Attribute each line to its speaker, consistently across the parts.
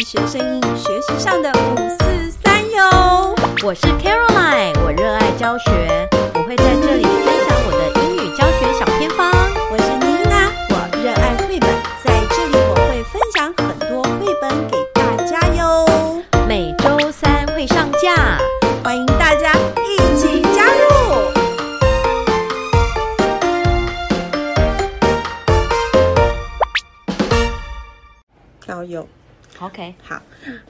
Speaker 1: 医学生英语学习上的五四三哟。
Speaker 2: 我是 Caroline，我热爱教学，我会在这里分享我的英语教学小偏方。
Speaker 1: 我是妮娜，我热爱绘本，在这里我会分享很多绘本给大家哟，
Speaker 2: 每周三会上架。
Speaker 1: 欢迎大家一起加入。跳友。
Speaker 2: OK，
Speaker 1: 好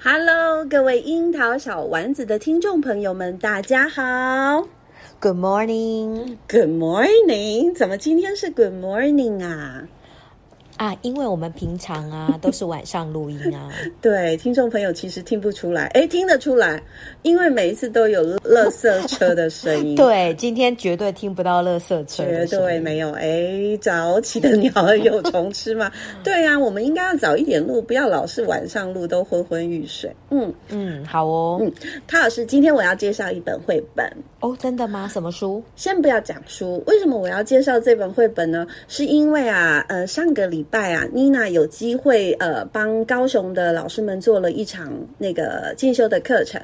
Speaker 1: ，Hello，各位樱桃小丸子的听众朋友们，大家好。
Speaker 2: Good morning
Speaker 1: Good morning，怎么今天是 Good morning 啊？
Speaker 2: 啊，因为我们平常 啊都是晚上录音啊，
Speaker 1: 对，听众朋友其实听不出来，哎，听得出来，因为每一次都有垃圾车的声音，，
Speaker 2: 对，今天绝对听不到乐色车
Speaker 1: 绝
Speaker 2: 的声音
Speaker 1: 对没有。哎，早起的鸟儿有虫吃 吗？对啊，我们应该要早一点录，不要老是晚上录都昏昏欲睡。嗯，
Speaker 2: 嗯，好哦，
Speaker 1: 嗯汤老师，今天我要介绍一本绘本，
Speaker 2: 哦，真的吗？什么书？
Speaker 1: 先不要讲书，为什么我要介绍这本绘本呢？是因为啊，呃，上个礼拜啊，妮娜有机会呃帮高雄的老师们做了一场那个进修的课程，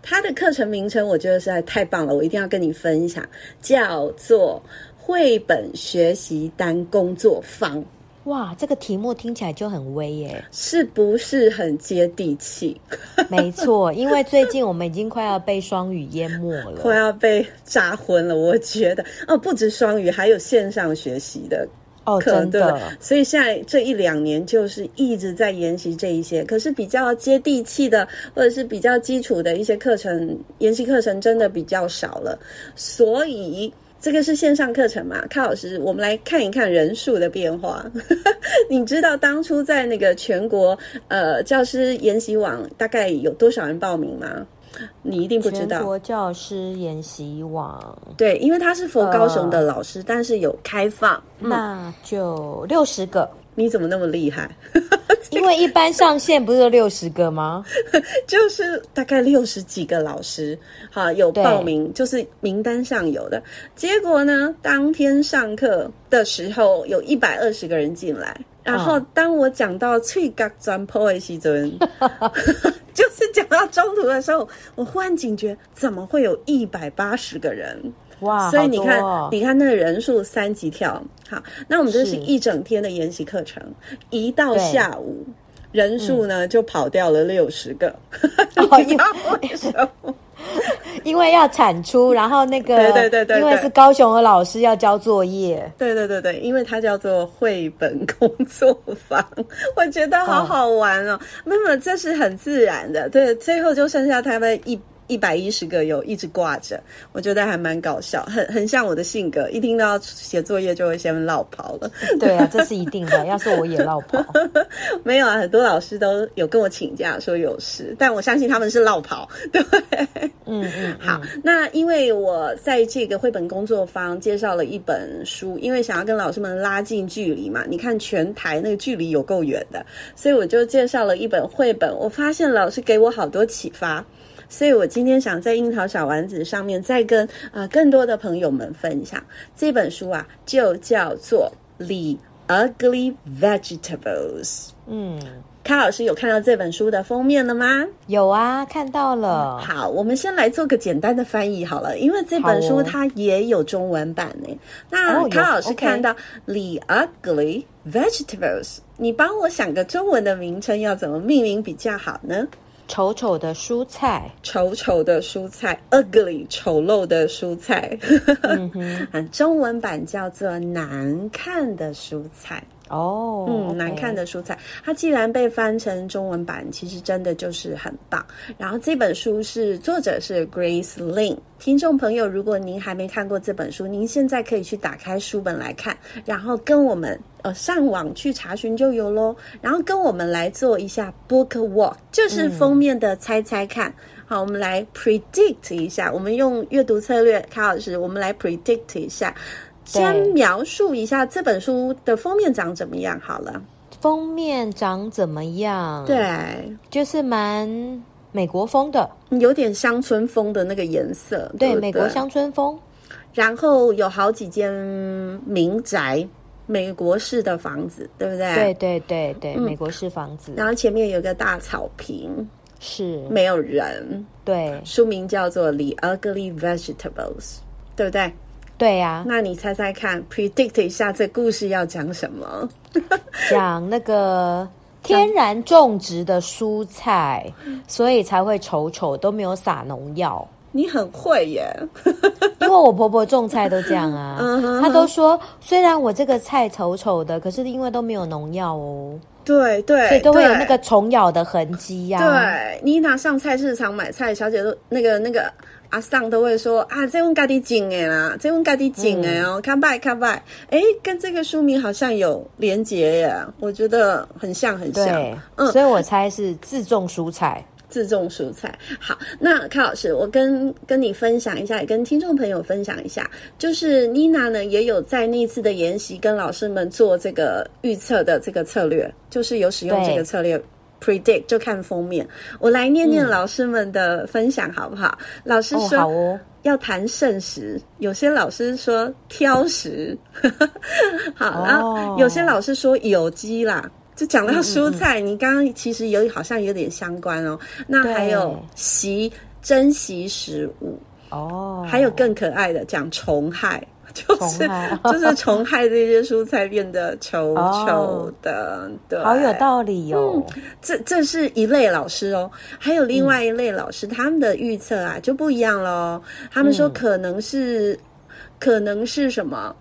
Speaker 1: 它的课程名称我觉得实在太棒了，我一定要跟你分享，叫做绘本学习单工作坊，
Speaker 2: 哇，这个题目听起来就很威 耶。
Speaker 1: 是不是很接地气？
Speaker 2: 没错，因为最近我们已经快要被双语淹没
Speaker 1: 快
Speaker 2: 了。
Speaker 1: 要被炸昏了，我觉得哦，不止双语，还有线上学习的
Speaker 2: 哦，
Speaker 1: 课，
Speaker 2: 真
Speaker 1: 对不对
Speaker 2: 的，
Speaker 1: 所以现在这一两年就是一直在研习这一些，可是比较接地气的，或者是比较基础的一些课程，研习课程真的比较少了，所以。这个是线上课程嘛？康老师，我们来看一看人数的变化。 你知道当初在那个全国呃教师研习网大概有多少人报名吗？你一定不知
Speaker 2: 全
Speaker 1: 道。
Speaker 2: 国教师研习网。
Speaker 1: 对，因为他是佛高雄的老师，但是有开放。嗯，
Speaker 2: 呃那就六十个，
Speaker 1: 你怎么那么厉害？
Speaker 2: 因为一般上线不是六十个 吗？
Speaker 1: 就是大概六十几个老师，好有
Speaker 2: 对
Speaker 1: 报名，就是名单上有的。结果呢，当天上课的时候有一百二十个人进来，然后
Speaker 2: 嗯
Speaker 1: 当我讲到脆嘎转坡的时阵，就是讲到中途的时候，我忽然警觉，怎么会有一百八十个人？
Speaker 2: 哇，
Speaker 1: 所以你看，
Speaker 2: 好多哦
Speaker 1: 你看那个人数三级跳，好，那我们这
Speaker 2: 是
Speaker 1: 是一整天的研习课程，一到
Speaker 2: 对嗯
Speaker 1: 下午。人数呢、就跑掉了六十个，
Speaker 2: 哦
Speaker 1: 你知道为什么？
Speaker 2: 因为要产出，然后那个，
Speaker 1: 对对对对对
Speaker 2: 因为是高雄的老师要交 作业，
Speaker 1: 对对对对，因为它叫做绘本工作坊，我觉得好好玩哦。没有，没有这是很自然的。对，最后就剩下他们一一百一十个有一直挂着，我觉得还蛮搞笑，很很像我的性格，一听到写作业就会先落跑了。
Speaker 2: 对啊，这是一定的。要是我也落跑，
Speaker 1: 没有啊，很多老师都有跟我请假说有事，但我相信他们是落跑。对，
Speaker 2: 嗯嗯，
Speaker 1: 好，那因为我在这个绘本工作坊介绍了一本书，因为想要跟老师们拉近距离嘛，你看全台那个距离有够远的，所以我就介绍了一本绘本，我发现老师给我好多启发。所以我今天想在樱桃小丸子上面再跟啊、呃更多的朋友们分享这本书啊，就叫做《The Ugly Vegetables》。
Speaker 2: 嗯，
Speaker 1: 卡老师有看到这本书的封面了吗？
Speaker 2: 有啊，看到了，
Speaker 1: 好，我们先来做个简单的翻译好了，因为这本
Speaker 2: 好
Speaker 1: 书
Speaker 2: 哦
Speaker 1: 它也有中文版呢。
Speaker 2: 哦
Speaker 1: 那
Speaker 2: 有
Speaker 1: 卡老师
Speaker 2: OK
Speaker 1: 看到《The Ugly Vegetables》，你帮我想个中文的名称要怎么命名比较好呢？
Speaker 2: 丑丑的蔬菜，
Speaker 1: 丑丑的蔬菜，ugly 丑陋的蔬菜，
Speaker 2: 嗯哼，
Speaker 1: 嗯，中文版叫做难看的蔬菜。
Speaker 2: 哦，
Speaker 1: 嗯，
Speaker 2: OK
Speaker 1: 难看，的蔬菜，它既然被翻成中文版，其实真的就是很棒。然后这本书是作者是 Grace Lin，听众朋友，如果您还没看过这本书，您现在可以去打开书本来看，然后跟我们呃上网去查询就有喽。然后跟我们来做一下 book walk，就是封面的猜猜看。好，我们来 predict 一下，我们用阅读策略，卡老师，我们来 predict 一下。先
Speaker 2: 对
Speaker 1: 描述一下这本书的封面长怎么样好了。
Speaker 2: 封面长怎么样？，
Speaker 1: 对，
Speaker 2: 就是蛮美国风的，
Speaker 1: 有点乡村风的那个颜色，对
Speaker 2: 对，
Speaker 1: 不
Speaker 2: 美国乡村风，
Speaker 1: 然后有好几间民宅，美国式的房子，对不对？嗯
Speaker 2: 对。对对对，美国式房子
Speaker 1: 然后前面有个大草坪，
Speaker 2: 是，
Speaker 1: 没有人，
Speaker 2: 对
Speaker 1: 书名叫做《The Ugly Vegetables》，对不对？
Speaker 2: 对呀、
Speaker 1: 那你猜猜看，predict 一下这故事要讲什么？
Speaker 2: 讲那个天然种植的蔬菜，
Speaker 1: 嗯
Speaker 2: 所以才会丑丑，都没有撒农药。
Speaker 1: 你很会耶，
Speaker 2: 因为我婆婆种菜都这 样啊，
Speaker 1: 嗯
Speaker 2: 她都说虽然我这个菜丑丑的，可是因为都没有农药哦，
Speaker 1: 对对，
Speaker 2: 所以都会有
Speaker 1: 对
Speaker 2: 那个虫咬的痕迹啊呀、
Speaker 1: 对，妮娜上菜市场买菜，小姐都那个那个阿桑都会说啊，这用咖喱井哎啦，这用咖喱井哎
Speaker 2: 嗯
Speaker 1: 哦，看拜看拜，哎，跟这个书名好像有连结耶，我觉得很像很像
Speaker 2: 对，，
Speaker 1: 嗯，
Speaker 2: 所以我猜是自种蔬菜。
Speaker 1: 自种蔬菜。好，那康老师，我跟跟你分享一下，也跟听众朋友分享一下，就是妮娜呢也有在那次的研习跟老师们做这个预测的这个策略，就是有使用
Speaker 2: 对嗯
Speaker 1: 这个策略。predict 就看封面，我来念念老师们的分享好不好？老师
Speaker 2: 哦，
Speaker 1: 说、
Speaker 2: 好哦，
Speaker 1: 要谈圣食，有些老师说挑食， 好，
Speaker 2: 哦
Speaker 1: 然后有些老师说有机啦。就讲到蔬
Speaker 2: 嗯
Speaker 1: 菜，你刚刚其实有好像有点相关哦。那还有
Speaker 2: 对
Speaker 1: 惜珍惜食物，
Speaker 2: 哦，
Speaker 1: 还有更可爱的讲虫害， 就是
Speaker 2: 虫害
Speaker 1: 就是虫害这些蔬菜变 得稠
Speaker 2: 哦
Speaker 1: 稠的，对，
Speaker 2: 好有道理哦，
Speaker 1: 这这是一类老师哦，还有另外一类老师，他们的预测啊就不一样喽。他们说可能是，可能是什么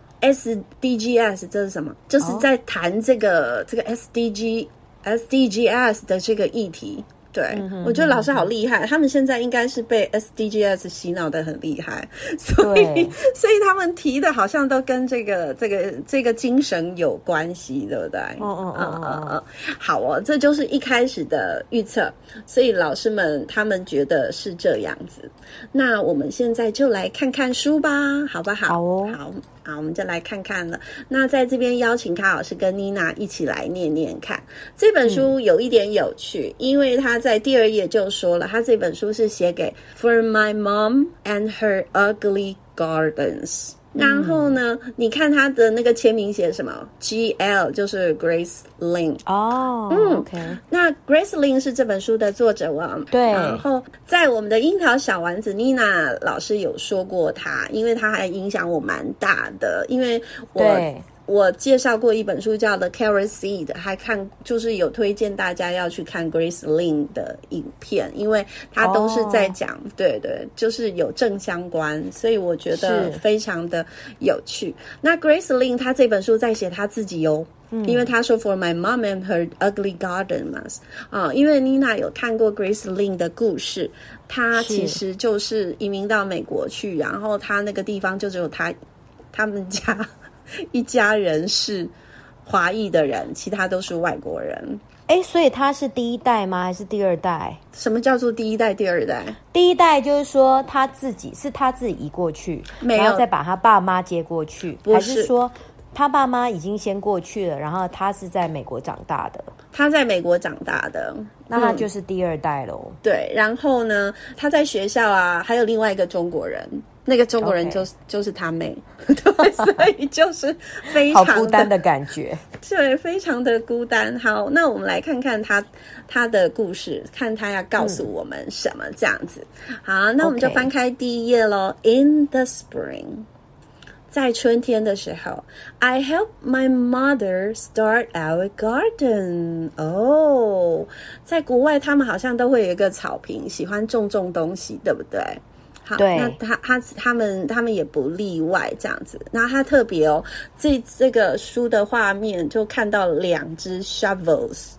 Speaker 1: SDGs，这是什么？就是在谈这个、这个 SDG SDGs 的这个议题。对，我觉得老师好厉害，他们现在应该是被 SDGs 洗脑的很厉害， 所以
Speaker 2: 对
Speaker 1: 所以他们提的好像都跟这个这个这个精神有关系，对不对？
Speaker 2: 嗯嗯嗯嗯
Speaker 1: 嗯，好哦，这就是一开始的预测，所以老师们他们觉得是这样子。那我们现在就来看看书吧，好不好？
Speaker 2: 好哦
Speaker 1: 好，好，我们就来看看了。那在这边邀请卡老师跟妮娜一起来念念看这本书，有一点有趣，因为他在第二页就说了，他这本书是写给 For My Mom and Her Ugly Gardens。然后呢？你看他的那个签名写什么？G L 就是 Grace Lin。
Speaker 2: 哦，嗯，OK，
Speaker 1: 那 Grace Lin 是这本书的作者哦。
Speaker 2: 对
Speaker 1: 然后在我们的樱桃小丸子，妮娜老师有说过她，因为她还影响我蛮大的，因为我。
Speaker 2: 对，
Speaker 1: 我介绍过一本书叫《The Carrot Seed》，还看就是有推荐大家要去看 Grace Lin 的影片，因为她都是
Speaker 2: 哦
Speaker 1: 在讲对对，就是有正相关，所以我觉得
Speaker 2: 是
Speaker 1: 非常的有趣。那 Grace Lin 她这本书在写她自己哦。
Speaker 2: 嗯
Speaker 1: 因为她说 “For my mom and her ugly garden” 嘛，啊、因为妮娜有看过 Grace Lin 的故事，她
Speaker 2: 是
Speaker 1: 其实就是移民到美国去，然后她那个地方就只有她他们家 一家人是华裔的人，其他都是外国人。
Speaker 2: 哎，所以他是第一代吗？还是第二代？
Speaker 1: 什么叫做第一代、第二代？
Speaker 2: 第一代就是说他自己是他自己移过去，
Speaker 1: 没有
Speaker 2: 然后再把他爸妈接过去，
Speaker 1: 不是
Speaker 2: 还是说他爸妈已经先过去了，然后他是在美国长大的，
Speaker 1: 他在美国长大的，
Speaker 2: 那他
Speaker 1: 嗯
Speaker 2: 就是第二代喽。
Speaker 1: 对，然后呢，他在学校啊，还有另外一个中国人，那个中国人
Speaker 2: OK
Speaker 1: 就是就是他妹， 对，所以就是非
Speaker 2: 好
Speaker 1: 常
Speaker 2: 孤单的 感觉，
Speaker 1: 对，非常的孤单。好，那我们来看看他他的故事，看他要告诉我们什么、这样子。好，那我们就
Speaker 2: 嗯 OK
Speaker 1: 翻开第一页喽。In the spring，在春天的时候，I help my mother start our garden。哦，在国外他们好像都会有一个草坪，喜欢种种东西，对不对？好，
Speaker 2: 对
Speaker 1: 那他他他们他们也不例外这样子。然后他特别哦，这这个书的画面就看到两只 shovels。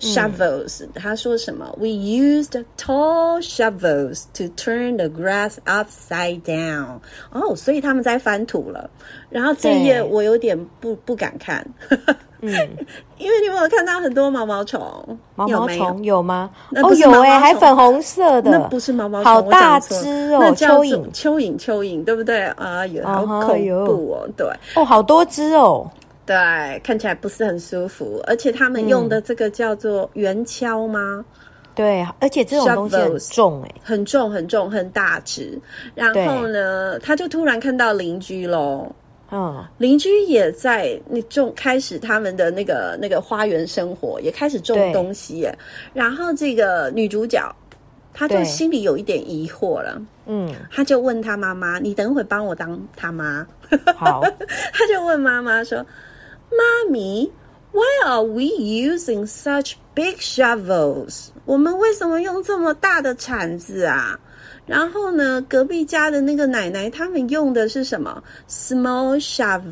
Speaker 1: Shovels，、他说什么？We used tall shovels to turn the grass upside down。哦，所以他们在翻土了。然后这一页
Speaker 2: 对
Speaker 1: 我有点不不敢看，嗯， 因为你有没有看到很多毛毛虫？
Speaker 2: 毛
Speaker 1: 有
Speaker 2: 毛
Speaker 1: 没有
Speaker 2: 虫有吗？
Speaker 1: 那
Speaker 2: 哦，
Speaker 1: 不是
Speaker 2: 有
Speaker 1: 毛毛
Speaker 2: 哎、
Speaker 1: 虫
Speaker 2: 还粉红色的，
Speaker 1: 那不是毛毛虫，
Speaker 2: 好
Speaker 1: 我讲
Speaker 2: 大
Speaker 1: 错了
Speaker 2: 只哦
Speaker 1: 那叫做
Speaker 2: 蚯蚓
Speaker 1: 蚯蚓，蚯蚓，对不对？啊，有好
Speaker 2: 啊哈
Speaker 1: 恐
Speaker 2: 有
Speaker 1: 怖哦，对
Speaker 2: 哦，好多只哦，
Speaker 1: 对，看起来不是很舒服，而且他们
Speaker 2: 嗯
Speaker 1: 用的这个叫做圆锹吗？
Speaker 2: 对，而且这种东西很
Speaker 1: Shovels
Speaker 2: 重哎、
Speaker 1: 很重很重很大只，然后呢，他就突然看到邻居喽，
Speaker 2: 嗯，
Speaker 1: 邻居也在那种开始他们的那个那个花园生活，也开始种
Speaker 2: 对
Speaker 1: 东西耶。然后这个女主角，她就
Speaker 2: 对
Speaker 1: 心里有一点疑惑了，
Speaker 2: 嗯，
Speaker 1: 她就问她妈妈：“你等会帮我当她妈？”
Speaker 2: 好，
Speaker 1: 她就问妈妈说：“妈咪，Why are we using such big shovels？我们为什么用这么大的铲子啊？”然后呢，隔壁家的那个奶奶他们用的是什么？small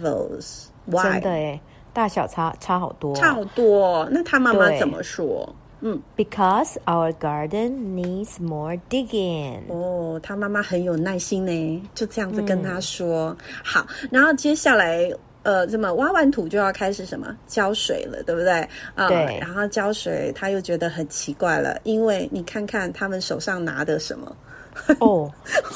Speaker 1: shovels。
Speaker 2: 真
Speaker 1: Why？
Speaker 2: 的哎，大小差差好多哦、
Speaker 1: 差好多哦、那他妈妈
Speaker 2: 对
Speaker 1: 怎么说？嗯，
Speaker 2: Because our garden needs more digging。
Speaker 1: 哦，他妈妈很有耐心呢，就这样子跟
Speaker 2: 嗯
Speaker 1: 他说、好。然后接下来，呃，怎么挖完土就要开始什么浇水了，对不对？啊、
Speaker 2: 对
Speaker 1: 然后浇水，他又觉得很奇怪了，因为你看看他们手上拿的什么
Speaker 2: 哦，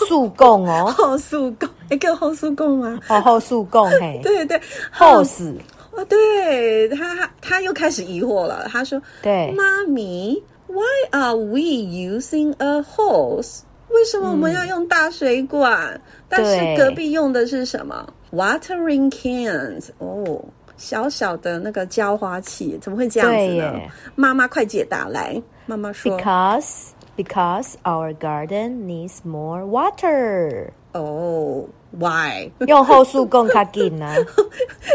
Speaker 2: 速供哦，
Speaker 1: 后速供，一个后速供吗？
Speaker 2: 哦后速供嘿，
Speaker 1: 对对，
Speaker 2: 后死
Speaker 1: 哦，对他，他又开始疑惑了。他说：“
Speaker 2: 对
Speaker 1: 妈咪，Why are we using a hose？为什么我们要用大水管？
Speaker 2: 嗯
Speaker 1: 但是
Speaker 2: 对
Speaker 1: 隔壁用的是什么？Watering cans？哦，小小的那个浇花器，怎么会这样子
Speaker 2: 对
Speaker 1: 呢
Speaker 2: 耶？
Speaker 1: 妈妈，快解答来！妈妈说：
Speaker 2: ，because because our garden needs more water。
Speaker 1: 哦，Why？
Speaker 2: 用后速供卡紧 啊呢？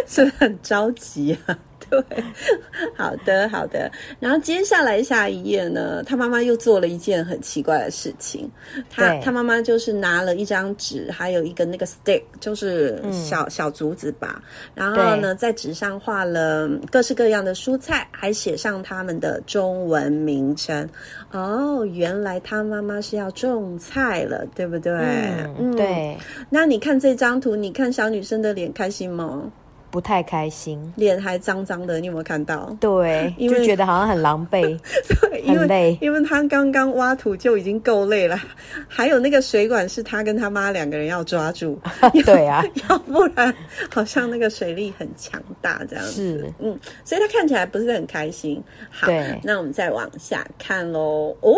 Speaker 1: 是不是很着急啊？ 对，好的好的。然后接下来下一页呢，他妈妈又做了一件很奇怪的事情。他
Speaker 2: 对
Speaker 1: 他妈妈就是拿了一张纸，还有一个那个 stick，就是
Speaker 2: 嗯
Speaker 1: 小、小竹子吧。然后呢，在纸上画了各式各样的蔬菜，还写上他们的中文名称。哦，原来他妈妈是要种菜了，对不对？
Speaker 2: 嗯，。对，
Speaker 1: 那你看这张图，你看小女生的脸开心吗？
Speaker 2: 不太开心。
Speaker 1: 脸还脏脏的，你有没有看到？
Speaker 2: 对，
Speaker 1: 因为
Speaker 2: 就觉得好像很狼 狈。
Speaker 1: 对，因
Speaker 2: 很
Speaker 1: 为
Speaker 2: 累
Speaker 1: 因为他刚刚挖土就已经够累了，还有那个水管是他跟他妈两个人要抓住，
Speaker 2: 对啊，
Speaker 1: 要不然好像那个水力很强大这样子。
Speaker 2: 是
Speaker 1: 嗯，所以他看起来不是很开心。好
Speaker 2: 对，
Speaker 1: 那我们再往下看喽。哦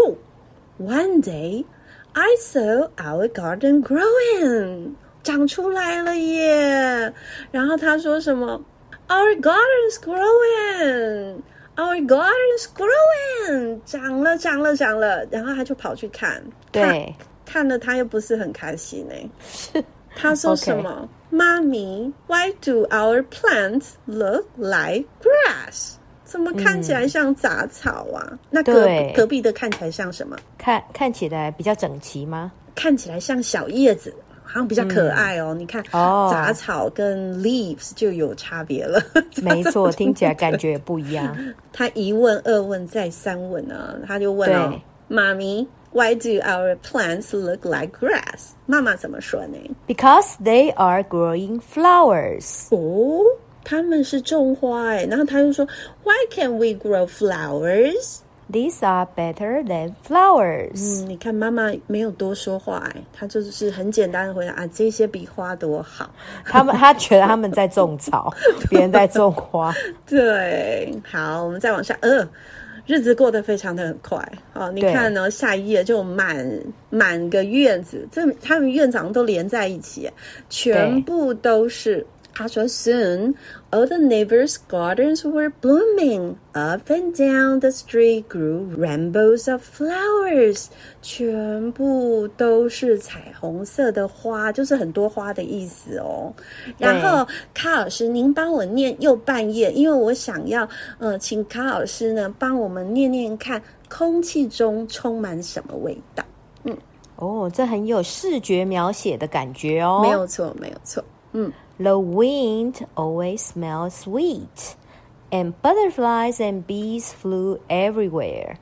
Speaker 1: ，One day I saw our garden growing，长出来了耶。然后他说什么？Our garden's growing。Our garden's growing，长了，长了，长了，然后他就跑去看，
Speaker 2: 对，
Speaker 1: 看了他又不是很开心哎、他说
Speaker 2: OK
Speaker 1: 什么？妈咪，Why do our plants look like grass？怎么看起来像杂草啊？那隔
Speaker 2: 嗯对
Speaker 1: 隔壁的看起来像什么？
Speaker 2: 看看起来比较整 齐吗？
Speaker 1: 看起来像小叶子，好像比较可爱哦。你看，
Speaker 2: 哦
Speaker 1: 杂草跟 leaves 就有差别了。
Speaker 2: 没错，听起来
Speaker 1: 感。
Speaker 2: 感觉也不一样。
Speaker 1: 他一问、二问、再三问啊，他就问哦
Speaker 2: 对，
Speaker 1: 妈咪，Why do our plants look like grass？妈妈怎么说呢？
Speaker 2: Because they are growing flowers。
Speaker 1: 哦，他们是种花哎，然后他就说，Why can we grow flowers？
Speaker 2: These are better than flowers。
Speaker 1: 嗯，你看妈妈没有多说话哎，她就是很简单的回答啊，这些比花多好。
Speaker 2: 他们他觉得他们在种草，别人在种 花。
Speaker 1: 对，好，我们再往下，呃，日子过得非常的很快。好、你
Speaker 2: 对
Speaker 1: 看呢、下一页就满满个院子，这他们院长都连在一起，全
Speaker 2: 对
Speaker 1: 部都是。他说：“Soon, all the neighbors' gardens were blooming. Up and down the street grew rainbows of flowers.” 全部都是彩虹色的花，就是很多花的意思哦。然后卡老师，您帮我念又半夜，因为我想要，呃，请卡老师呢帮我们念念看，空气中充满什么味道？
Speaker 2: 哦，这很有视觉描写的感觉哦。
Speaker 1: 没有错，没有错。嗯，
Speaker 2: The wind always smells sweet, and butterflies and bees flew everywhere.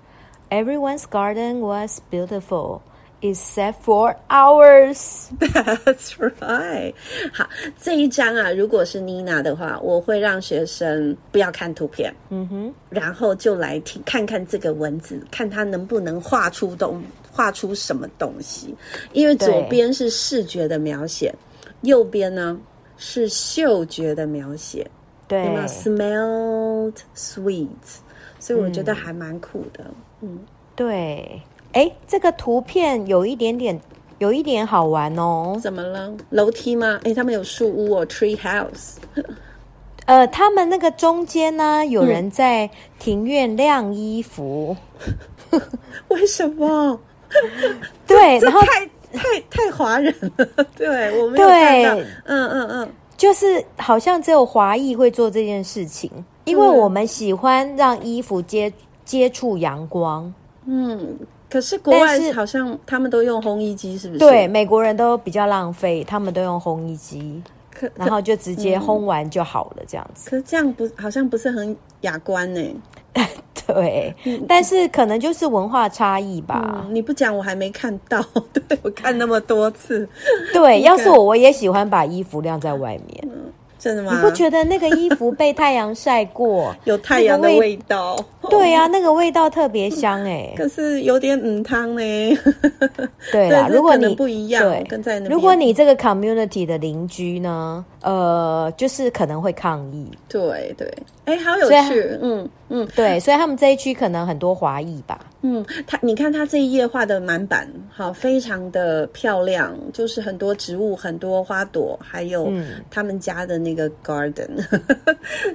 Speaker 2: Everyone's garden was beautiful, except for ours.
Speaker 1: That's right。好，这一章啊，如果是妮娜的话，我会让学生不要看图片，嗯哼，然后就来听看看这个文字，看它能不能画出东画出什么东西。因为左
Speaker 2: 对
Speaker 1: 边是视觉的描写，右边呢是嗅觉的描写，有没有
Speaker 2: 对，
Speaker 1: smelled sweet？所以我觉得还蛮酷的。
Speaker 2: 对，哎，这个图片有一点点有一点好玩哦。
Speaker 1: 怎么了？楼梯吗？诶，他们有树屋哦，tree house。
Speaker 2: 呃，他们那个中间呢，有人在庭院晾衣服，
Speaker 1: 嗯为什么？
Speaker 2: 对，
Speaker 1: 这
Speaker 2: 然后
Speaker 1: 太太太华人了。对，我没有看到
Speaker 2: 对。
Speaker 1: 嗯嗯嗯，
Speaker 2: 就是好像只有华裔会做这件事情，因为
Speaker 1: 对
Speaker 2: 我们喜欢让衣服接接触阳光。
Speaker 1: 可是国外
Speaker 2: 但是
Speaker 1: 好像他们都用烘衣机，是不是？
Speaker 2: 对，，美国人都比较浪费，他们都用烘衣机，
Speaker 1: 可嗯
Speaker 2: 然后就直接烘完就好了，这 样子。
Speaker 1: 可是这样不好像不是很雅观呢、
Speaker 2: 对，
Speaker 1: 嗯
Speaker 2: 但是可能就是文化差异吧。
Speaker 1: 你不讲我还没看到， 对我看那么多次，
Speaker 2: 对，
Speaker 1: 该
Speaker 2: 要是我，我也喜欢把衣服晾在外面。
Speaker 1: 真的吗？，
Speaker 2: 你不觉得那个衣服被太阳晒过
Speaker 1: 有太阳的
Speaker 2: 那个
Speaker 1: 味道？
Speaker 2: 对呀、那个味道特别香哎、
Speaker 1: 可是有点嗯汤呢。
Speaker 2: 对啦，
Speaker 1: 对这
Speaker 2: 如果
Speaker 1: 可能
Speaker 2: 你
Speaker 1: 不一样
Speaker 2: 对，
Speaker 1: 跟在那边
Speaker 2: 如果你这个 community 的邻居呢，呃，就是可能会抗议，
Speaker 1: 对对，哎，好有
Speaker 2: 所以它
Speaker 1: 趣，嗯嗯
Speaker 2: 对，所以他们这一区可能很多华裔吧。
Speaker 1: 嗯，它你看它这一页画的满版，好，非常的漂亮，就是很多植物、很多花朵，还有
Speaker 2: 嗯
Speaker 1: 他们家的那个 garden，、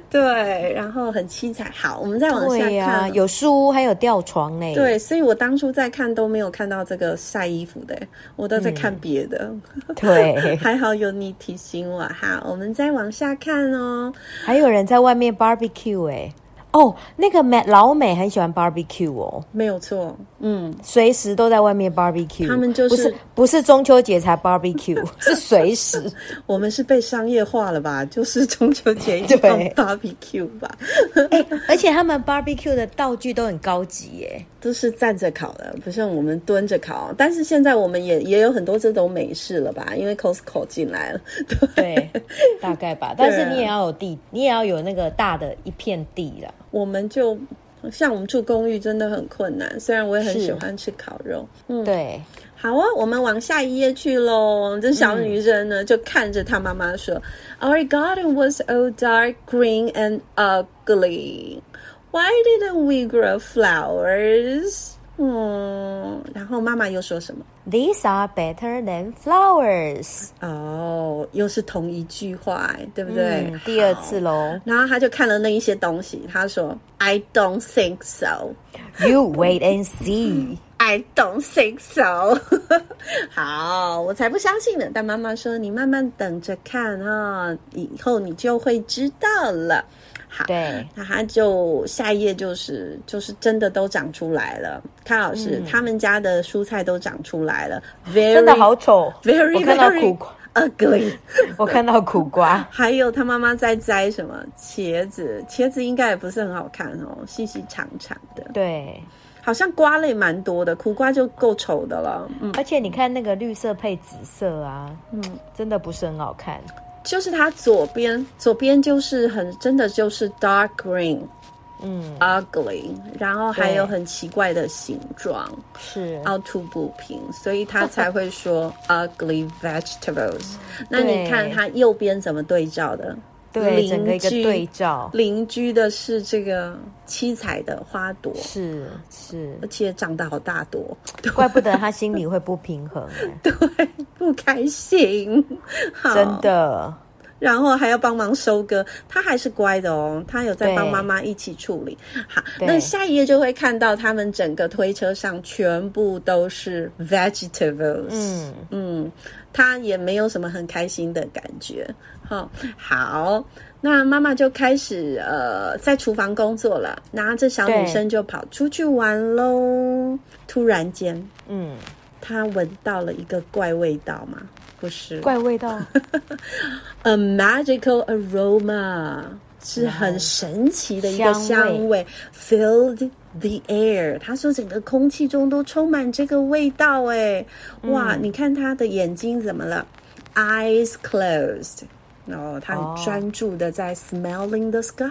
Speaker 1: 对，然后很七彩。好，我们再往下
Speaker 2: 对
Speaker 1: 看，
Speaker 2: 呀、有书还有吊床欸呢。
Speaker 1: 对，所以我当初在看都没有看到这个晒衣服的，我都在看别的。
Speaker 2: 嗯对
Speaker 1: 还好有你提醒我哈，我们再往下看哦。
Speaker 2: 还有人在外面 barbecue 哎、哦，那个美老美很喜欢 barbecue 哦，
Speaker 1: 没有错，嗯，
Speaker 2: 随时都在外面 barbecue。
Speaker 1: 他们就是
Speaker 2: 不是不是中秋节才 barbecue，是随时。
Speaker 1: 我们是被商业化了吧？就是中秋节一定
Speaker 2: 对
Speaker 1: 要 barbecue 吧，哎
Speaker 2: 而且他们 barbecue 的道具都很高级欸耶。
Speaker 1: 都是站着烤的，不像我们蹲着烤。但是现在我们也也有很多这种美式了吧？因为 Costco 进来了，对。
Speaker 2: 对，大概吧。但
Speaker 1: 啊
Speaker 2: 是你也要有地，你也要有那个大的一片地啦。
Speaker 1: 我们就像我们住公寓真的很困难，虽然我也很
Speaker 2: 是
Speaker 1: 喜欢吃烤肉。嗯
Speaker 2: 对，
Speaker 1: 好啊，我们往下一页去喽。这小女生呢，就看着她妈妈说：“Our garden was all dark green and ugly. Why didn't we grow flowers?” 嗯，然后妈妈又说什么？
Speaker 2: These are better than flowers。
Speaker 1: 哦，又是同一句话，哎对不对？
Speaker 2: 嗯，第二
Speaker 1: 好
Speaker 2: 次。喽。
Speaker 1: 然后她就看了那一些东西，她说：“I don't think so.”
Speaker 2: You wait and see。
Speaker 1: I don't think so 。 好，我才不相信呢。但妈妈说：“你慢慢等着看哈、以后你就会知道了。”好，
Speaker 2: 对，
Speaker 1: 那他就下一页就是就是真的都长出来了。看老师，他们家的蔬菜都长出来了，very
Speaker 2: 嗯真的好丑。
Speaker 1: very
Speaker 2: 我看到
Speaker 1: very
Speaker 2: 苦瓜
Speaker 1: ugly。
Speaker 2: 我看到苦瓜。
Speaker 1: 还有他妈妈在摘什么茄子，茄子应该也不是很好看哦，细细长长的，
Speaker 2: 对，
Speaker 1: 好像瓜类蛮多的，苦瓜就够丑的了。嗯。
Speaker 2: 而且你看那个绿色配紫色啊，嗯，真的不是很好看。
Speaker 1: 就是它左边，左边就是很真的就是 dark green
Speaker 2: 嗯，
Speaker 1: ugly，然后还有
Speaker 2: 对
Speaker 1: 很奇怪的形状，
Speaker 2: 是。
Speaker 1: 凹凸不平，所以它才会说 ugly vegetables。那你看它右边怎么对照的？
Speaker 2: 对，
Speaker 1: 邻
Speaker 2: 整个一个
Speaker 1: 居
Speaker 2: 对照。
Speaker 1: 邻居的是这个七彩的花朵，
Speaker 2: 是是，
Speaker 1: 而且长得好大朵，
Speaker 2: 怪不得他心里会不平衡啊、
Speaker 1: 对，不开 心，好
Speaker 2: 真的。
Speaker 1: 然后还要帮忙收割，他还是乖的哦，他有在
Speaker 2: 对
Speaker 1: 帮妈妈一起处理。好，
Speaker 2: 对
Speaker 1: 那下一页就会看到他们整个推车上全部都是 vegetables，
Speaker 2: 嗯
Speaker 1: 嗯，他也没有什么很开心的感觉。好、好，那妈妈就开始呃在厨房工作了，然后这小女
Speaker 2: 对
Speaker 1: 生就跑出去玩喽。突然间，
Speaker 2: 嗯，
Speaker 1: 她闻到了一个怪味道吗？不是，
Speaker 2: 怪味道。
Speaker 1: A magical aroma 是很神奇的一个
Speaker 2: 香味
Speaker 1: 香味，filled the air。他说整个空气中都充满这个味道，哎，哇！你看他的眼睛怎么了？Eyes closed。哦，他
Speaker 2: 哦
Speaker 1: 很专注的在 smelling the sky，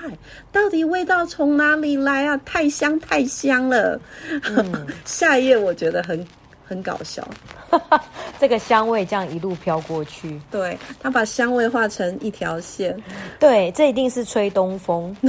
Speaker 1: 到底味道从哪里来啊？太香太香了！嗯 下一页我觉得很很搞笑，
Speaker 2: 这个香味这样一路飘过去，
Speaker 1: 对他把香味画成一条线，
Speaker 2: 对，这一定是吹东风。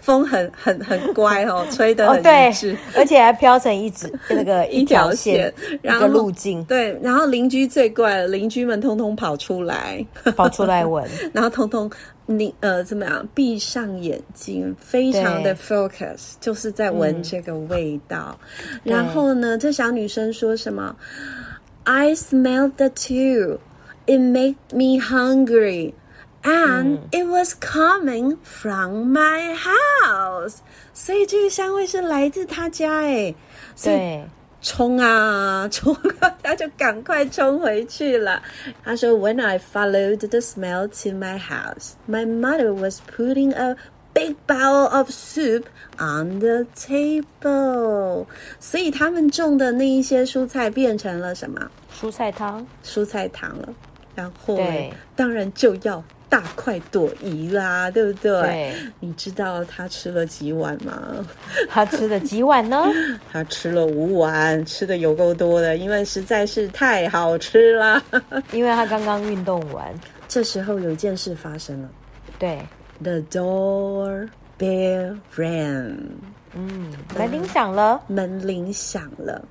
Speaker 1: 风很很很乖哦，吹得
Speaker 2: 哦，
Speaker 1: 很
Speaker 2: 对
Speaker 1: 一致。，
Speaker 2: 而且还飘成一直那个 一条线，一
Speaker 1: 然后
Speaker 2: 个路 径
Speaker 1: 对，然后邻居最怪了，邻居们通通跑出来，
Speaker 2: 跑出来 闻。
Speaker 1: 然后通通你呃怎么样？闭上眼睛，非常的 focus，就是在闻这个味道。然后呢，这小女生说什么？I smelled the too. It made me hungry. And it was coming from my house，、所以这个香味是来自她家哎，所以
Speaker 2: 对，
Speaker 1: 冲啊 冲啊，他就赶快冲回去了。他说：“When I followed the smell to my house, my mother was putting a big bowl of soup on the table。”所以他们种的那一些蔬菜变成了什么？
Speaker 2: 蔬菜汤，
Speaker 1: 蔬菜糖了。然后
Speaker 2: 对
Speaker 1: 当然就要大快朵颐啦，对不对？
Speaker 2: 对
Speaker 1: 你知道他吃了几碗吗？
Speaker 2: 他吃的几碗 呢？
Speaker 1: 他吃了五碗，吃的有够多的，因为实在是太好吃 了。
Speaker 2: 因为他刚刚运动完。
Speaker 1: 这时候有一件事发生了
Speaker 2: 对，
Speaker 1: ，The door bell rang，
Speaker 2: 嗯，门铃响了，
Speaker 1: 门铃响了，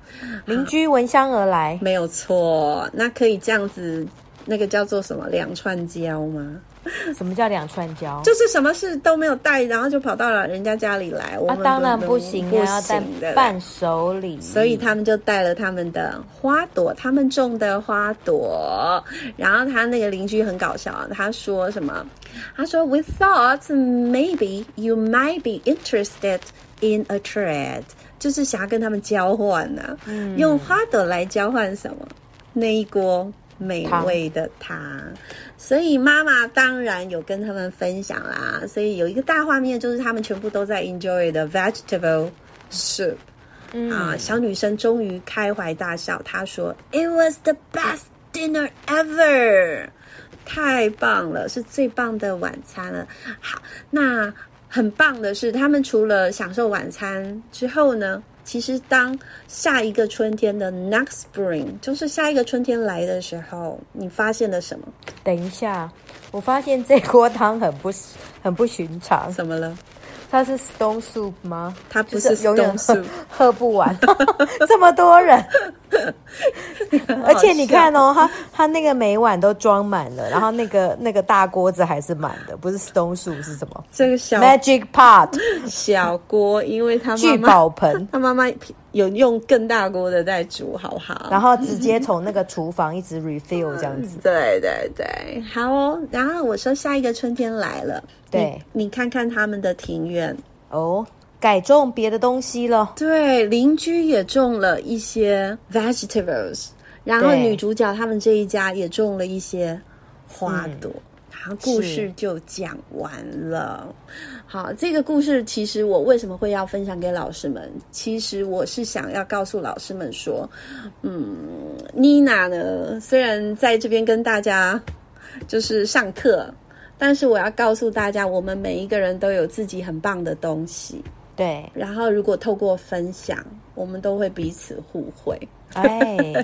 Speaker 2: 邻居闻香而来，
Speaker 1: 没有错。那可以这样子，那个叫做什么两串交吗？
Speaker 2: 什么叫两串交？
Speaker 1: 就是什么事都没有带，然后就跑到了人家家里来。我
Speaker 2: 啊
Speaker 1: 们，
Speaker 2: 当然
Speaker 1: 不
Speaker 2: 不行
Speaker 1: 不
Speaker 2: 啊，要带
Speaker 1: 行的啦。
Speaker 2: 伴手礼。
Speaker 1: 所以他们就带了他们的花朵，他们种的花朵。然后他那个邻居很搞笑啊，他说什么？他说：“We thought maybe you might be interested in a trade。”就是想要跟他们交换呢、用花朵来交换什么？那一锅美味的汤。所以妈妈当然有跟他们分享啦。所以有一个大画面就是他们全部都在 enjoy 的 vegetable soup。啊，
Speaker 2: 嗯
Speaker 1: 小女生终于开怀大笑，她说：“It was the best dinner ever，太棒了，是最棒的晚餐了。”好，那很棒的是，他们除了享受晚餐之后呢，其实当下一个春天的 next spring，就是下一个春天来的时候，你发现了什么？
Speaker 2: 等一下，我发现这锅汤很不很不寻常。
Speaker 1: 怎么了？
Speaker 2: 它是 stone soup 吗？
Speaker 1: 它不
Speaker 2: 就是永远
Speaker 1: stone
Speaker 2: 喝
Speaker 1: soup
Speaker 2: 喝 不完，这么多人，而且你看哦，它它那个每碗都装满了，然后那个那个大锅子还是满的，不是 stone soup 是什么
Speaker 1: 这个小
Speaker 2: ？magic pot
Speaker 1: 小锅，因为他妈
Speaker 2: 聚
Speaker 1: 妈
Speaker 2: 宝盆，
Speaker 1: 他妈妈有用更大锅的在煮，好不好？
Speaker 2: 然后直接从那个厨房一直 refill 这样子。
Speaker 1: 对对对，好哦。然后我说下一个春天来了，
Speaker 2: 对
Speaker 1: 你，你看看他们的庭院，
Speaker 2: 哦，改种别的东西了，
Speaker 1: 对，邻居也种了一些 vegetables，然后
Speaker 2: 对
Speaker 1: 女主角他们这一家也种了一些花朵。然后故事就讲完了。好，这个故事其实我为什么会要分享给老师们？其实我是想要告诉老师们说，嗯，妮娜呢，虽然在这边跟大家就是上课，但是我要告诉大家，我们每一个人都有自己很棒的东西。，
Speaker 2: 对
Speaker 1: 然后如果透过分享，我们都会彼此互惠。
Speaker 2: 哎，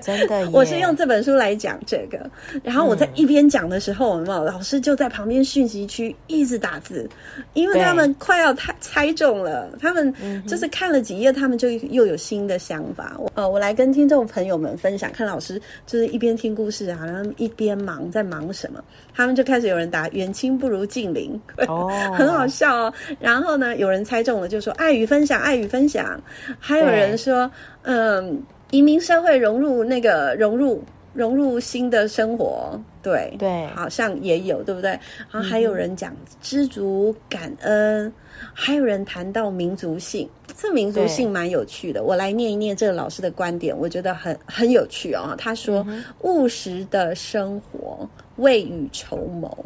Speaker 2: 真的耶，
Speaker 1: 我是用这本书来讲这个，然后我在一边讲的时候，有没有老师就在旁边讯息区一直打字，因为
Speaker 2: 对
Speaker 1: 他们快要猜猜中了，他们就是看了几页，他们就又有新的想法。我呃，我来跟听众朋友们分享，看老师就是一边听故事啊，然后一边忙在忙什么，他们就开始有人打远亲不如近邻，
Speaker 2: 哦
Speaker 1: 很好笑哦。然后呢，有人猜中了就说爱与分享，爱与分享。还有人说，嗯，移民社会融入那个融入融入新的生活，对
Speaker 2: 对
Speaker 1: 好像也有对不对？然后还有人讲知足感恩，还有人谈到民族性，这民族性蛮有趣的。我来念一念这个老师的观点，我觉得很很有趣哦。他说，务实的生活未雨绸缪。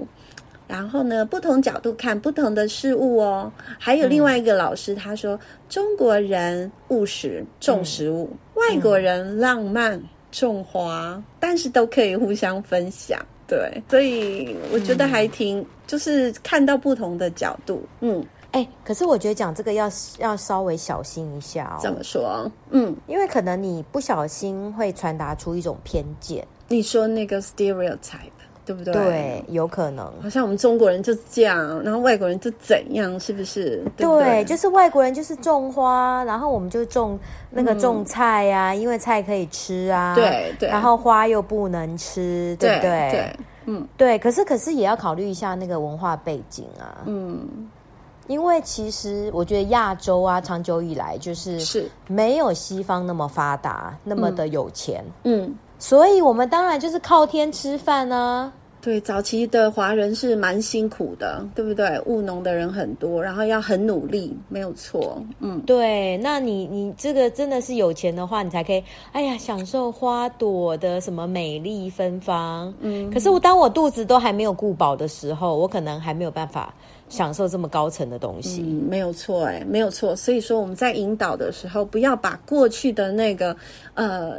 Speaker 1: 然后呢，不同角度看不同的事物哦。还有另外一个老师他说，中国人务实种食物，外国人浪漫种花，但是都可以互相分享。对，所以我觉得还挺，就是看到不同的角度，嗯，
Speaker 2: 哎、可是我觉得讲这个要要稍微小心一下
Speaker 1: 怎
Speaker 2: 哦，
Speaker 1: 么说？嗯，
Speaker 2: 因为可能你不小心会传达出一种偏见。
Speaker 1: 你说那个 stereotype，对不对？
Speaker 2: 对，有可能。
Speaker 1: 好像我们中国人就这样，然后外国人就怎样，是不是？对不
Speaker 2: 对，
Speaker 1: 对，
Speaker 2: 就是外国人就是种花，然后我们就种那个种菜呀、因为菜可以吃啊，
Speaker 1: 嗯对对
Speaker 2: 然后花又不能吃，对
Speaker 1: 对
Speaker 2: 不对？
Speaker 1: 对，嗯
Speaker 2: 对可是可是也要考虑一下那个文化背景啊，
Speaker 1: 嗯，
Speaker 2: 因为其实我觉得亚洲啊，长久以来就是
Speaker 1: 是
Speaker 2: 没有西方那么发达，那么的有钱，
Speaker 1: 嗯。
Speaker 2: 所以我们当然就是靠天吃饭啊。
Speaker 1: 对，早期的华人是蛮辛苦的，对不对？务农的人很多，然后要很努力，没有错。嗯，
Speaker 2: 对，那你你这个真的是有钱的话，你才可以，哎呀，享受花朵的什么美丽芬芳。嗯，可是我当我肚子都还没有顾饱的时候，我可能还没有办法享受这么高层的东西。
Speaker 1: 嗯，没有错，哎，没有错。所以说我们在引导的时候，不要把过去的那个呃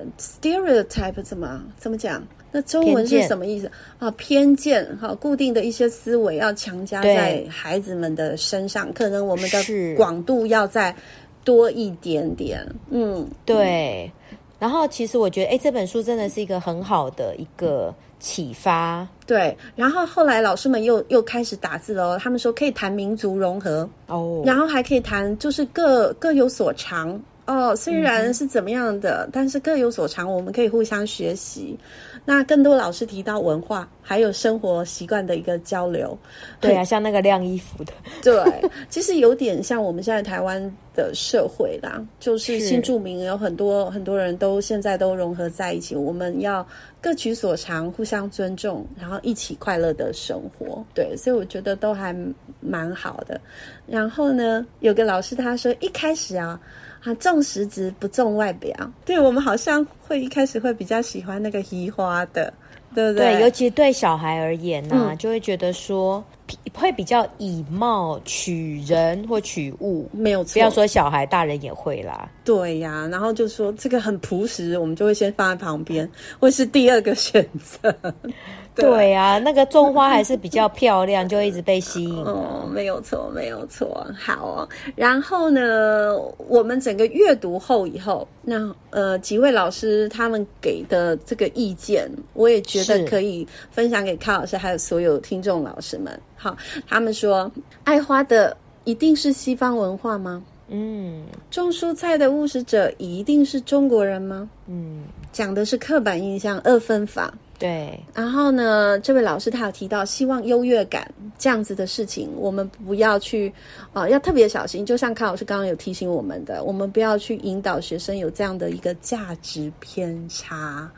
Speaker 1: stereotype 怎么怎么讲？那中文
Speaker 2: 偏
Speaker 1: 是
Speaker 2: 见
Speaker 1: 什么意思啊？偏见哈，固定的一些思维要强加
Speaker 2: 对
Speaker 1: 在孩子们的身上，可能我们
Speaker 2: 是
Speaker 1: 的广度要再多一点点。嗯，
Speaker 2: 对，然后其实我觉得，哎，这本书真的是一个很好的一个启发。
Speaker 1: 对。然后后来老师们又又开始打字了哦，他们说可以谈民族融合，
Speaker 2: 哦
Speaker 1: 然后还可以谈，就是各各有所长哦。虽然是怎么样的，但是各有所长，我们可以互相学习。那更多老师提到文化，还有生活习惯的一个交流。
Speaker 2: 对啊，像那个晾衣服的，
Speaker 1: 对，其实有点像我们现在台湾的社会啦，就是
Speaker 2: 是
Speaker 1: 新住民有很多很多人都现在都融合在一起，我们要各取所长，互相尊重，然后一起快乐的生活。对，所以我觉得都还蛮好的。然后呢，有个老师他说，一开始啊。啊，重实质不重外表，对我们好像会一开始会比较喜欢那个移花的，对不
Speaker 2: 对，
Speaker 1: 对
Speaker 2: 尤其对小孩而言呢、
Speaker 1: 嗯
Speaker 2: 就会觉得说会比较以貌取人或取物。
Speaker 1: 没有错，
Speaker 2: 不要说小孩，大人也会啦。
Speaker 1: 对呀、然后就说这个很朴实，我们就会先放在旁边，或是第二个选择。
Speaker 2: 对啊，那个种花还是比较漂亮，就一直被吸引。
Speaker 1: 哦，没有错，没有错，好哦。然后呢，我们整个阅读后以后，那呃几位老师他们给的这个意见，我也觉
Speaker 2: 是
Speaker 1: 得可以分享给康老师还有所有听众老师们。好，他们说爱花的一定是西方文化吗？
Speaker 2: 嗯
Speaker 1: 种蔬菜的务实者一定是中国人吗？
Speaker 2: 嗯，
Speaker 1: 讲的是刻板印象、二分法。
Speaker 2: 对，
Speaker 1: 然后呢，这位老师他有提到，希望优越感这样子的事情，我们不要去，呃，要特别小心。就像康老师刚刚有提醒我们的，我们不要去引导学生有这样的一个价值偏差。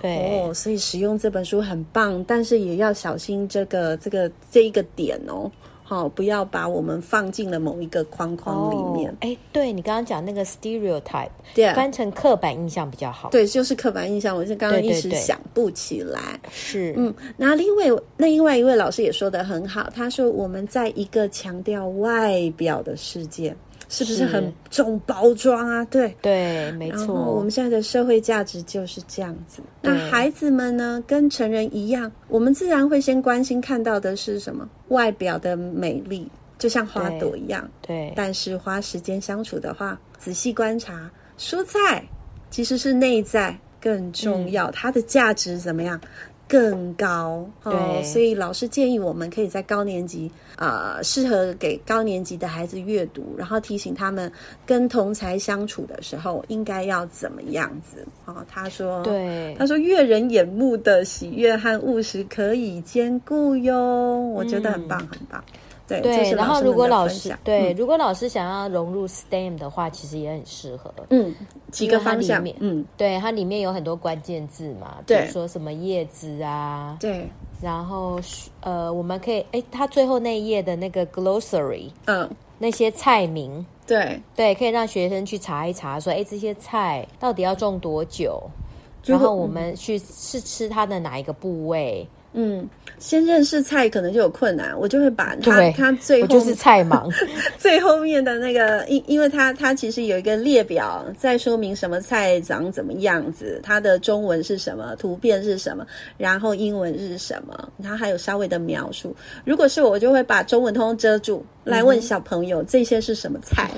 Speaker 2: 对，
Speaker 1: 哦，所以使用这本书很棒，但是也要小心这个这个这一个点哦，好、不要把我们放进了某一个框框里面。
Speaker 2: 哦哎、对你刚刚讲那个 stereotype，
Speaker 1: 对啊
Speaker 2: 翻成刻板印象比较好。，
Speaker 1: 对，就是刻板印象，我是刚刚
Speaker 2: 对
Speaker 1: 一
Speaker 2: 对
Speaker 1: 时
Speaker 2: 对
Speaker 1: 想不起来。
Speaker 2: 是，
Speaker 1: 嗯，那另外那另外一位老师也说的很好，他说我们在一个强调外表的世界，是不
Speaker 2: 是
Speaker 1: 是很重包装啊？对。
Speaker 2: 对，没
Speaker 1: 然后我
Speaker 2: 错
Speaker 1: 们，现在的社会价值就是这样子。那
Speaker 2: 对
Speaker 1: 孩子们呢，跟成人一样，我们自然会先关心看到的是什么？外表的美丽，就像花
Speaker 2: 对
Speaker 1: 朵一样。
Speaker 2: 对，
Speaker 1: 但是花时间相处的话，仔细观察蔬菜其实是内在更
Speaker 2: 嗯
Speaker 1: 重要，它的价值怎么样？更高哦
Speaker 2: 对，
Speaker 1: 所以老师建议我们可以在高年级，呃，适合给高年级的孩子阅读，然后提醒他们跟同才相处的时候应该要怎么样子。哦，他说，，
Speaker 2: 对
Speaker 1: 他，说悦人眼目的喜悦和务实可以兼顾哟，我觉得很棒，很棒。对，这
Speaker 2: 嗯对。
Speaker 1: 是
Speaker 2: 然后
Speaker 1: 师
Speaker 2: 如
Speaker 1: 们
Speaker 2: 果
Speaker 1: 的
Speaker 2: 老
Speaker 1: 分
Speaker 2: 师
Speaker 1: 享嗯
Speaker 2: 对，如果老师想要融入 STEM 的话，其实也很适合。
Speaker 1: 嗯，几
Speaker 2: 因为
Speaker 1: 个
Speaker 2: 它
Speaker 1: 方
Speaker 2: 里
Speaker 1: 向
Speaker 2: 面，
Speaker 1: 嗯，
Speaker 2: 对，它里面有很多关键字嘛，比
Speaker 1: 对
Speaker 2: 如说什么叶子啊，
Speaker 1: 对，
Speaker 2: 然后呃，我们可以，哎，它最后那一页的那个 glossary
Speaker 1: 嗯，
Speaker 2: 那些菜名，
Speaker 1: 对，
Speaker 2: 对，可以让学生去查一查说，哎，这些菜到底要种多久？
Speaker 1: 如
Speaker 2: 然
Speaker 1: 果
Speaker 2: 后我们去是吃它的哪一个部位？
Speaker 1: 嗯，先认识菜可能就有困难，我就会把它
Speaker 2: 对，
Speaker 1: 它最
Speaker 2: 我
Speaker 1: 后
Speaker 2: 就是 菜盲，
Speaker 1: 最后面的那个，因因为它它其实有一个列表在说明什么菜长怎么样子，它的中文是什么，图片是什么，然后英文是什么，然后还有稍微的描述。如果是我，我就会把中文通通遮住，来问小朋友、这些是什么 菜。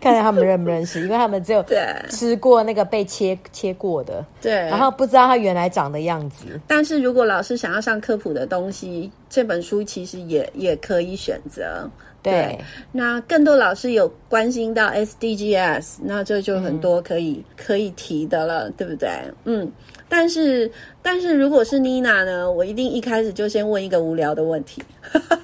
Speaker 2: 看看他们认不认识，因为他们只有
Speaker 1: 对
Speaker 2: 吃过那个被切切过的，
Speaker 1: 对，
Speaker 2: 然后不知道它原来长的样子。
Speaker 1: 但是如果老师想要上科普的东西，这本书其实也也可以选择。
Speaker 2: 对，
Speaker 1: 那更多老师有关心到 SDGs，那这就很多可以、可以提的了，对不对？嗯，但是但是如果是妮娜呢，我一定一开始就先问一个无聊的问 题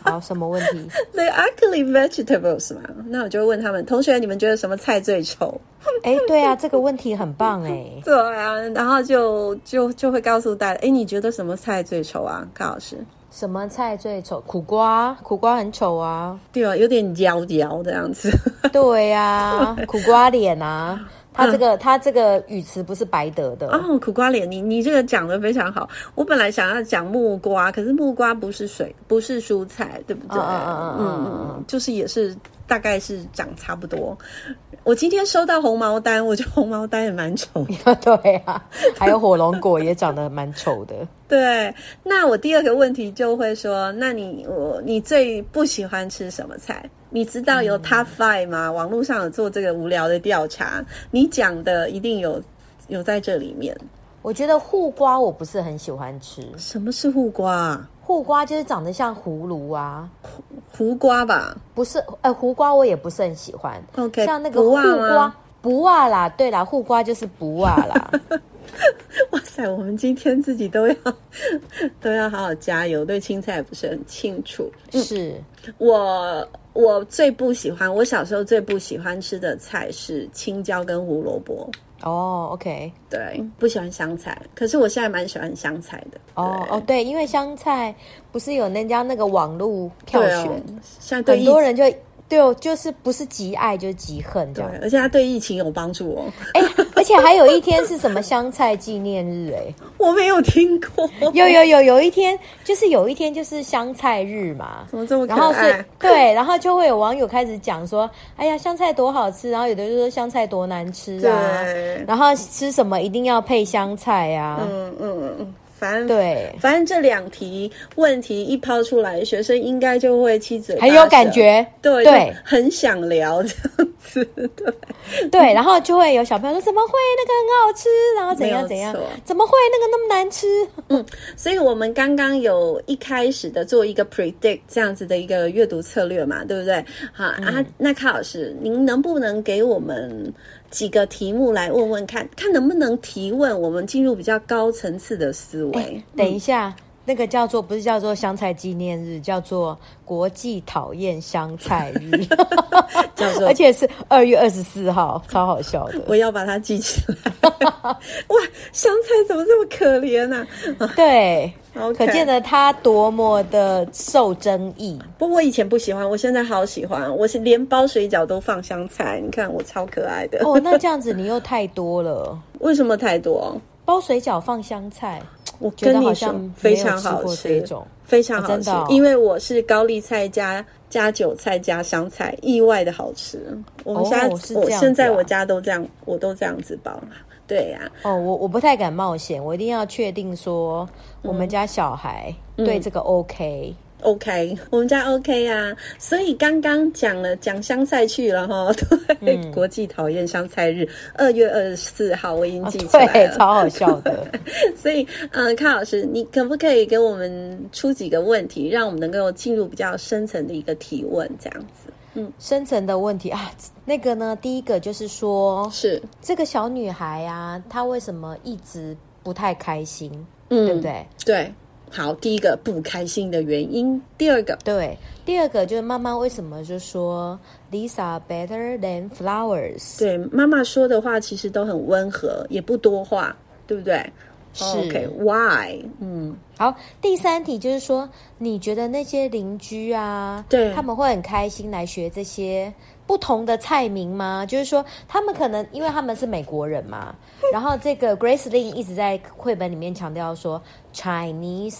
Speaker 2: 好，什么问 题？
Speaker 1: ：They ugly vegetables 嘛？那我就会问他们，同学，你们觉得什么菜最丑？
Speaker 2: 哎，对啊，这个问题很棒哎。
Speaker 1: 对啊，然后就就就会告诉大家，哎，你觉得什么菜最丑啊？高老师，
Speaker 2: 什么菜最丑？苦瓜，苦瓜很丑啊。
Speaker 1: 对啊，有点焦焦的样子。
Speaker 2: 对呀、 苦瓜脸啊。他这个他这个语词不是白得的，
Speaker 1: 哦，苦瓜脸，你你这个讲的非常好。我本来想要讲木瓜，可是木瓜不是水，不是蔬菜，对不对？
Speaker 2: 嗯嗯嗯嗯嗯嗯
Speaker 1: 嗯，就是也是大概是长差不多。我今天收到红毛丹，我觉得红毛丹也蛮丑。
Speaker 2: 对啊，还有火龙果也长得蛮丑的。
Speaker 1: 对，那我第二个问题就会说，那你我你最不喜欢吃什么菜？你知道有 Top Five 吗？网络上有做这个无聊的调查，你讲的一定有有在这里面。
Speaker 2: 我觉得护瓜我不是很喜欢吃，
Speaker 1: 什么是护瓜、啊？
Speaker 2: 护瓜就是长得像葫芦啊，
Speaker 1: 胡瓜吧。
Speaker 2: 不是，呃，胡瓜我也不是很喜欢。
Speaker 1: OK，
Speaker 2: 像那个
Speaker 1: 不
Speaker 2: 护
Speaker 1: 辣
Speaker 2: 瓜
Speaker 1: 吗，
Speaker 2: 不啊啦，对啦，护瓜就是不啊 啦。
Speaker 1: 哇塞，我们今天自己都要 都要好好加油，对青菜也不是很清楚。
Speaker 2: 是，
Speaker 1: 我我最不喜欢，我小时候最不喜欢吃的菜是青椒跟胡萝卜。
Speaker 2: 哦，OK，
Speaker 1: 对，不喜欢香菜，可是我现在蛮喜欢香菜的。
Speaker 2: 哦哦，对，因为香菜不是有人家那个网络票
Speaker 1: 对
Speaker 2: 选，
Speaker 1: 哦，现在对
Speaker 2: 很
Speaker 1: 疫
Speaker 2: 多人就对哦，就是不是极爱就是极恨这
Speaker 1: 对
Speaker 2: 样。，
Speaker 1: 而且它对疫情有帮助哦。
Speaker 2: 哎、而且还有一天是什么香菜纪念 日、哎，
Speaker 1: 我没有听过，
Speaker 2: 有有有，有一天就是有一天就是香菜日嘛。
Speaker 1: 怎么这么可
Speaker 2: 然后
Speaker 1: 爱
Speaker 2: 是？对，然后就会有网友开始讲说，哎呀，香菜多好吃，然后有的就说香菜多难吃啊，
Speaker 1: 对，
Speaker 2: 然后吃什么一定要配香菜啊，
Speaker 1: 嗯嗯嗯，反正。
Speaker 2: 对，
Speaker 1: 反正这两题问题一抛出来，学生应该就会七嘴八舌
Speaker 2: 很有感，觉，
Speaker 1: 对
Speaker 2: 对
Speaker 1: 就很想聊 这样子，对，
Speaker 2: 对，然后就会有小朋友说怎么会那个很好吃，然后怎样怎
Speaker 1: 没有
Speaker 2: 样
Speaker 1: 错，
Speaker 2: 怎么会那个那么难吃？
Speaker 1: 所以我们刚刚有一开始的做一个 predict 这样子的一个阅读策略嘛，对不对？好、
Speaker 2: 嗯
Speaker 1: 啊，那卡老师，您能不能给我们几个题目来问问看，看能不能提问，我们进入比较高层次的思维？
Speaker 2: 哎等一下，那个叫做不是叫做香菜纪念日，叫做国际讨厌香菜日，
Speaker 1: 叫做
Speaker 2: 而且是二月二十四号，超好笑 的。
Speaker 1: 我要把它记起来。 哇，香菜怎么这么可怜呢、啊？
Speaker 2: 对
Speaker 1: OK
Speaker 2: 可见得它多么的受争议。
Speaker 1: 不过我以前不喜欢，我现在好喜欢，我是连包水饺都放香菜，你看我超可爱的。
Speaker 2: 哦，那这样子你又太多了，
Speaker 1: 为什么太多？
Speaker 2: 包水饺放香菜，
Speaker 1: 我
Speaker 2: 觉得
Speaker 1: 跟
Speaker 2: 好
Speaker 1: 你
Speaker 2: 像
Speaker 1: 说
Speaker 2: 没有
Speaker 1: 非常
Speaker 2: 吃
Speaker 1: 好
Speaker 2: 过
Speaker 1: 吃，
Speaker 2: 这种
Speaker 1: 非常好
Speaker 2: 真
Speaker 1: 吃，
Speaker 2: 的哦
Speaker 1: 因为我是高丽菜加加韭菜加香菜，意外的好吃。我们
Speaker 2: 哦
Speaker 1: 家、
Speaker 2: 是
Speaker 1: 我
Speaker 2: 这样
Speaker 1: 现在
Speaker 2: 子啊
Speaker 1: 我家都这样，我都这样子包。对呀、
Speaker 2: 哦，我我不太敢冒险，我一定要确定说
Speaker 1: 嗯
Speaker 2: 我们家小孩对这个 OK。
Speaker 1: OK，我们家 OK 啊，所以刚刚讲了讲香菜去了哈，对，
Speaker 2: 嗯
Speaker 1: 国际讨厌香菜日，二月二十四号我已经记起来
Speaker 2: 啊哦对，
Speaker 1: 了。
Speaker 2: 超好笑的。
Speaker 1: 所以，嗯、呃，康老师，你可不可以给我们出几个问题，让我们能够进入比较深层的一个提问，这样子？
Speaker 2: 深层的问题啊，那个呢，第一个就是说，
Speaker 1: 是，
Speaker 2: 这个小女孩啊，她为什么一直不太开心，
Speaker 1: 嗯
Speaker 2: 对不？对？
Speaker 1: 对，好，第一个不开心的原因，第二个，
Speaker 2: 对，第二个就是妈妈为什么就说 these are better than flowers，
Speaker 1: 对妈妈说的话其实都很温和，也不多话，对不对？
Speaker 2: 是
Speaker 1: OK，Why？、嗯，
Speaker 2: 好，第三题就是说，你觉得那些邻居啊，
Speaker 1: 对
Speaker 2: 他们会很开心来学这些不同的菜名吗？就是说，他们可能因为他们是美国人 嘛，然后这个 Grace Lin 一直在绘本里面强调说 Chinese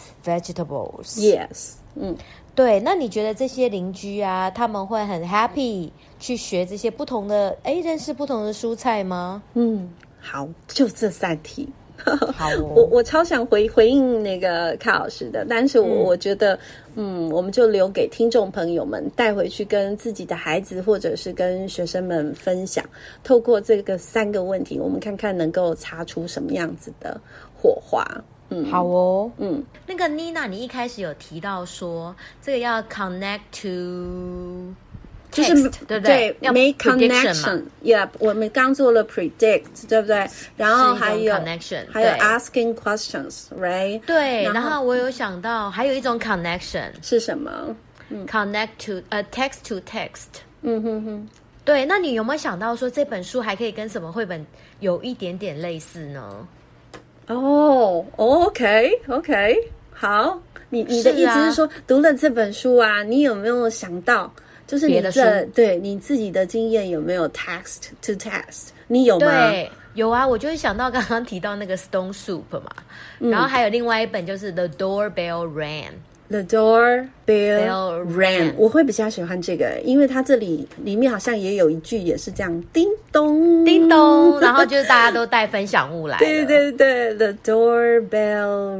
Speaker 2: vegetables。
Speaker 1: Yes，嗯，
Speaker 2: 对，那你觉得这些邻居啊，他们会很 happy 去学这些不同的，哎，认识不同的蔬菜 吗？
Speaker 1: 嗯，好，就这三题。
Speaker 2: 好
Speaker 1: 我
Speaker 2: 哦，
Speaker 1: 我超想回回应那个卡老师的，但是我、我觉得，嗯，我们就留给听众朋友们带回去跟自己的孩子或者是跟学生们分享。透过这个三个问题，我们看看能够擦出什么样子的火花。
Speaker 2: 嗯，好哦，
Speaker 1: 嗯，
Speaker 2: 那个妮娜，你一开始有提到说这个要 connect to，
Speaker 1: 就是
Speaker 2: text，对不对？要
Speaker 1: make
Speaker 2: prediction 嘛
Speaker 1: connection，yeah，我们刚做了 predict，对不对？然后
Speaker 2: 是一种
Speaker 1: 还有
Speaker 2: connection，
Speaker 1: 还有
Speaker 2: 对
Speaker 1: asking questions，right？
Speaker 2: 对，
Speaker 1: 然
Speaker 2: 然
Speaker 1: 后
Speaker 2: 后我有想到还有一种 connection，connect
Speaker 1: 是什么？
Speaker 2: to 呃 text to text。
Speaker 1: 嗯哼哼，
Speaker 2: 对，那你有没有想到说这本书还可以跟什么绘本有一点点类似呢？
Speaker 1: 哦、o k OK，好，你你的
Speaker 2: 是
Speaker 1: 意思
Speaker 2: 啊
Speaker 1: 是说，读了这本书啊，你有没有想到，就是你
Speaker 2: 别的
Speaker 1: 这
Speaker 2: 书
Speaker 1: 对你自己的经验有没有 text to text？你有吗？
Speaker 2: 对，有啊，我就是想到刚刚提到那个 Stone Soup 嘛，
Speaker 1: 嗯
Speaker 2: 然后还有另外一本就是 The Doorbell Rang。
Speaker 1: The door bell
Speaker 2: Bell
Speaker 1: rang，
Speaker 2: rang
Speaker 1: 我会比较喜欢这个，因为它这里里面好像也有一句也是这样，叮咚，
Speaker 2: 叮咚，然后就是大家都带分享物来了。
Speaker 1: 对对对，The door bell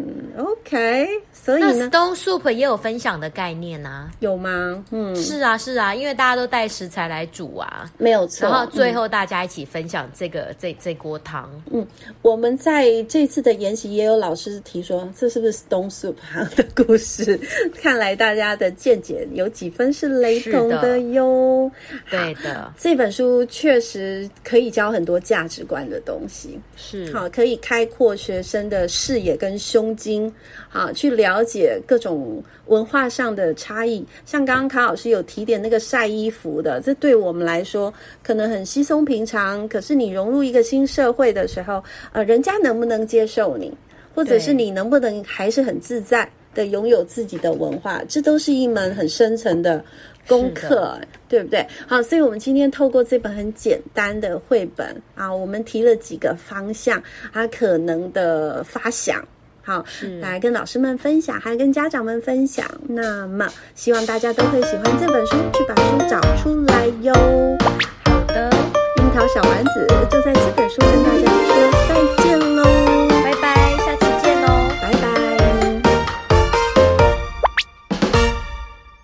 Speaker 1: rang，OK，、所以
Speaker 2: 那
Speaker 1: 呢，
Speaker 2: Stone Soup 也有分享的概念啊。
Speaker 1: 有吗？嗯，
Speaker 2: 是啊，是啊，因为大家都带食材来煮啊，
Speaker 1: 没有错。
Speaker 2: 然后最后大家一起分享这个、这这锅汤。
Speaker 1: 嗯，我们在这次的研习也有老师提说，这是不是 Stone Soup 行的故事？看来大家的见解有几分是雷同的哟。
Speaker 2: 对
Speaker 1: 好，
Speaker 2: 的，
Speaker 1: 这本书确实可以教很多价值观的东西。
Speaker 2: 是
Speaker 1: 好，可以开阔学生的视野跟胸襟，好去了解各种文化上的差异。像刚刚卡老师有提点那个晒衣服的，这对我们来说可能很稀松平常，可是你融入一个新社会的时候，呃，人家能不能接受你，或者是
Speaker 2: 对
Speaker 1: 你能不能还是很自在的拥有自己的文化，这都是一门很深层的。功
Speaker 2: 是
Speaker 1: 课
Speaker 2: 的，
Speaker 1: 对不对？好，所以我们今天透过这本很简单的绘本啊，我们提了几个方向，它可能的发想。好，来跟老师们分享，还跟家长们分享。那么，希望大家都会喜欢这本书，去把书找出来哟。
Speaker 2: 好的。
Speaker 1: 樱桃小丸子就在这本书里
Speaker 2: 哦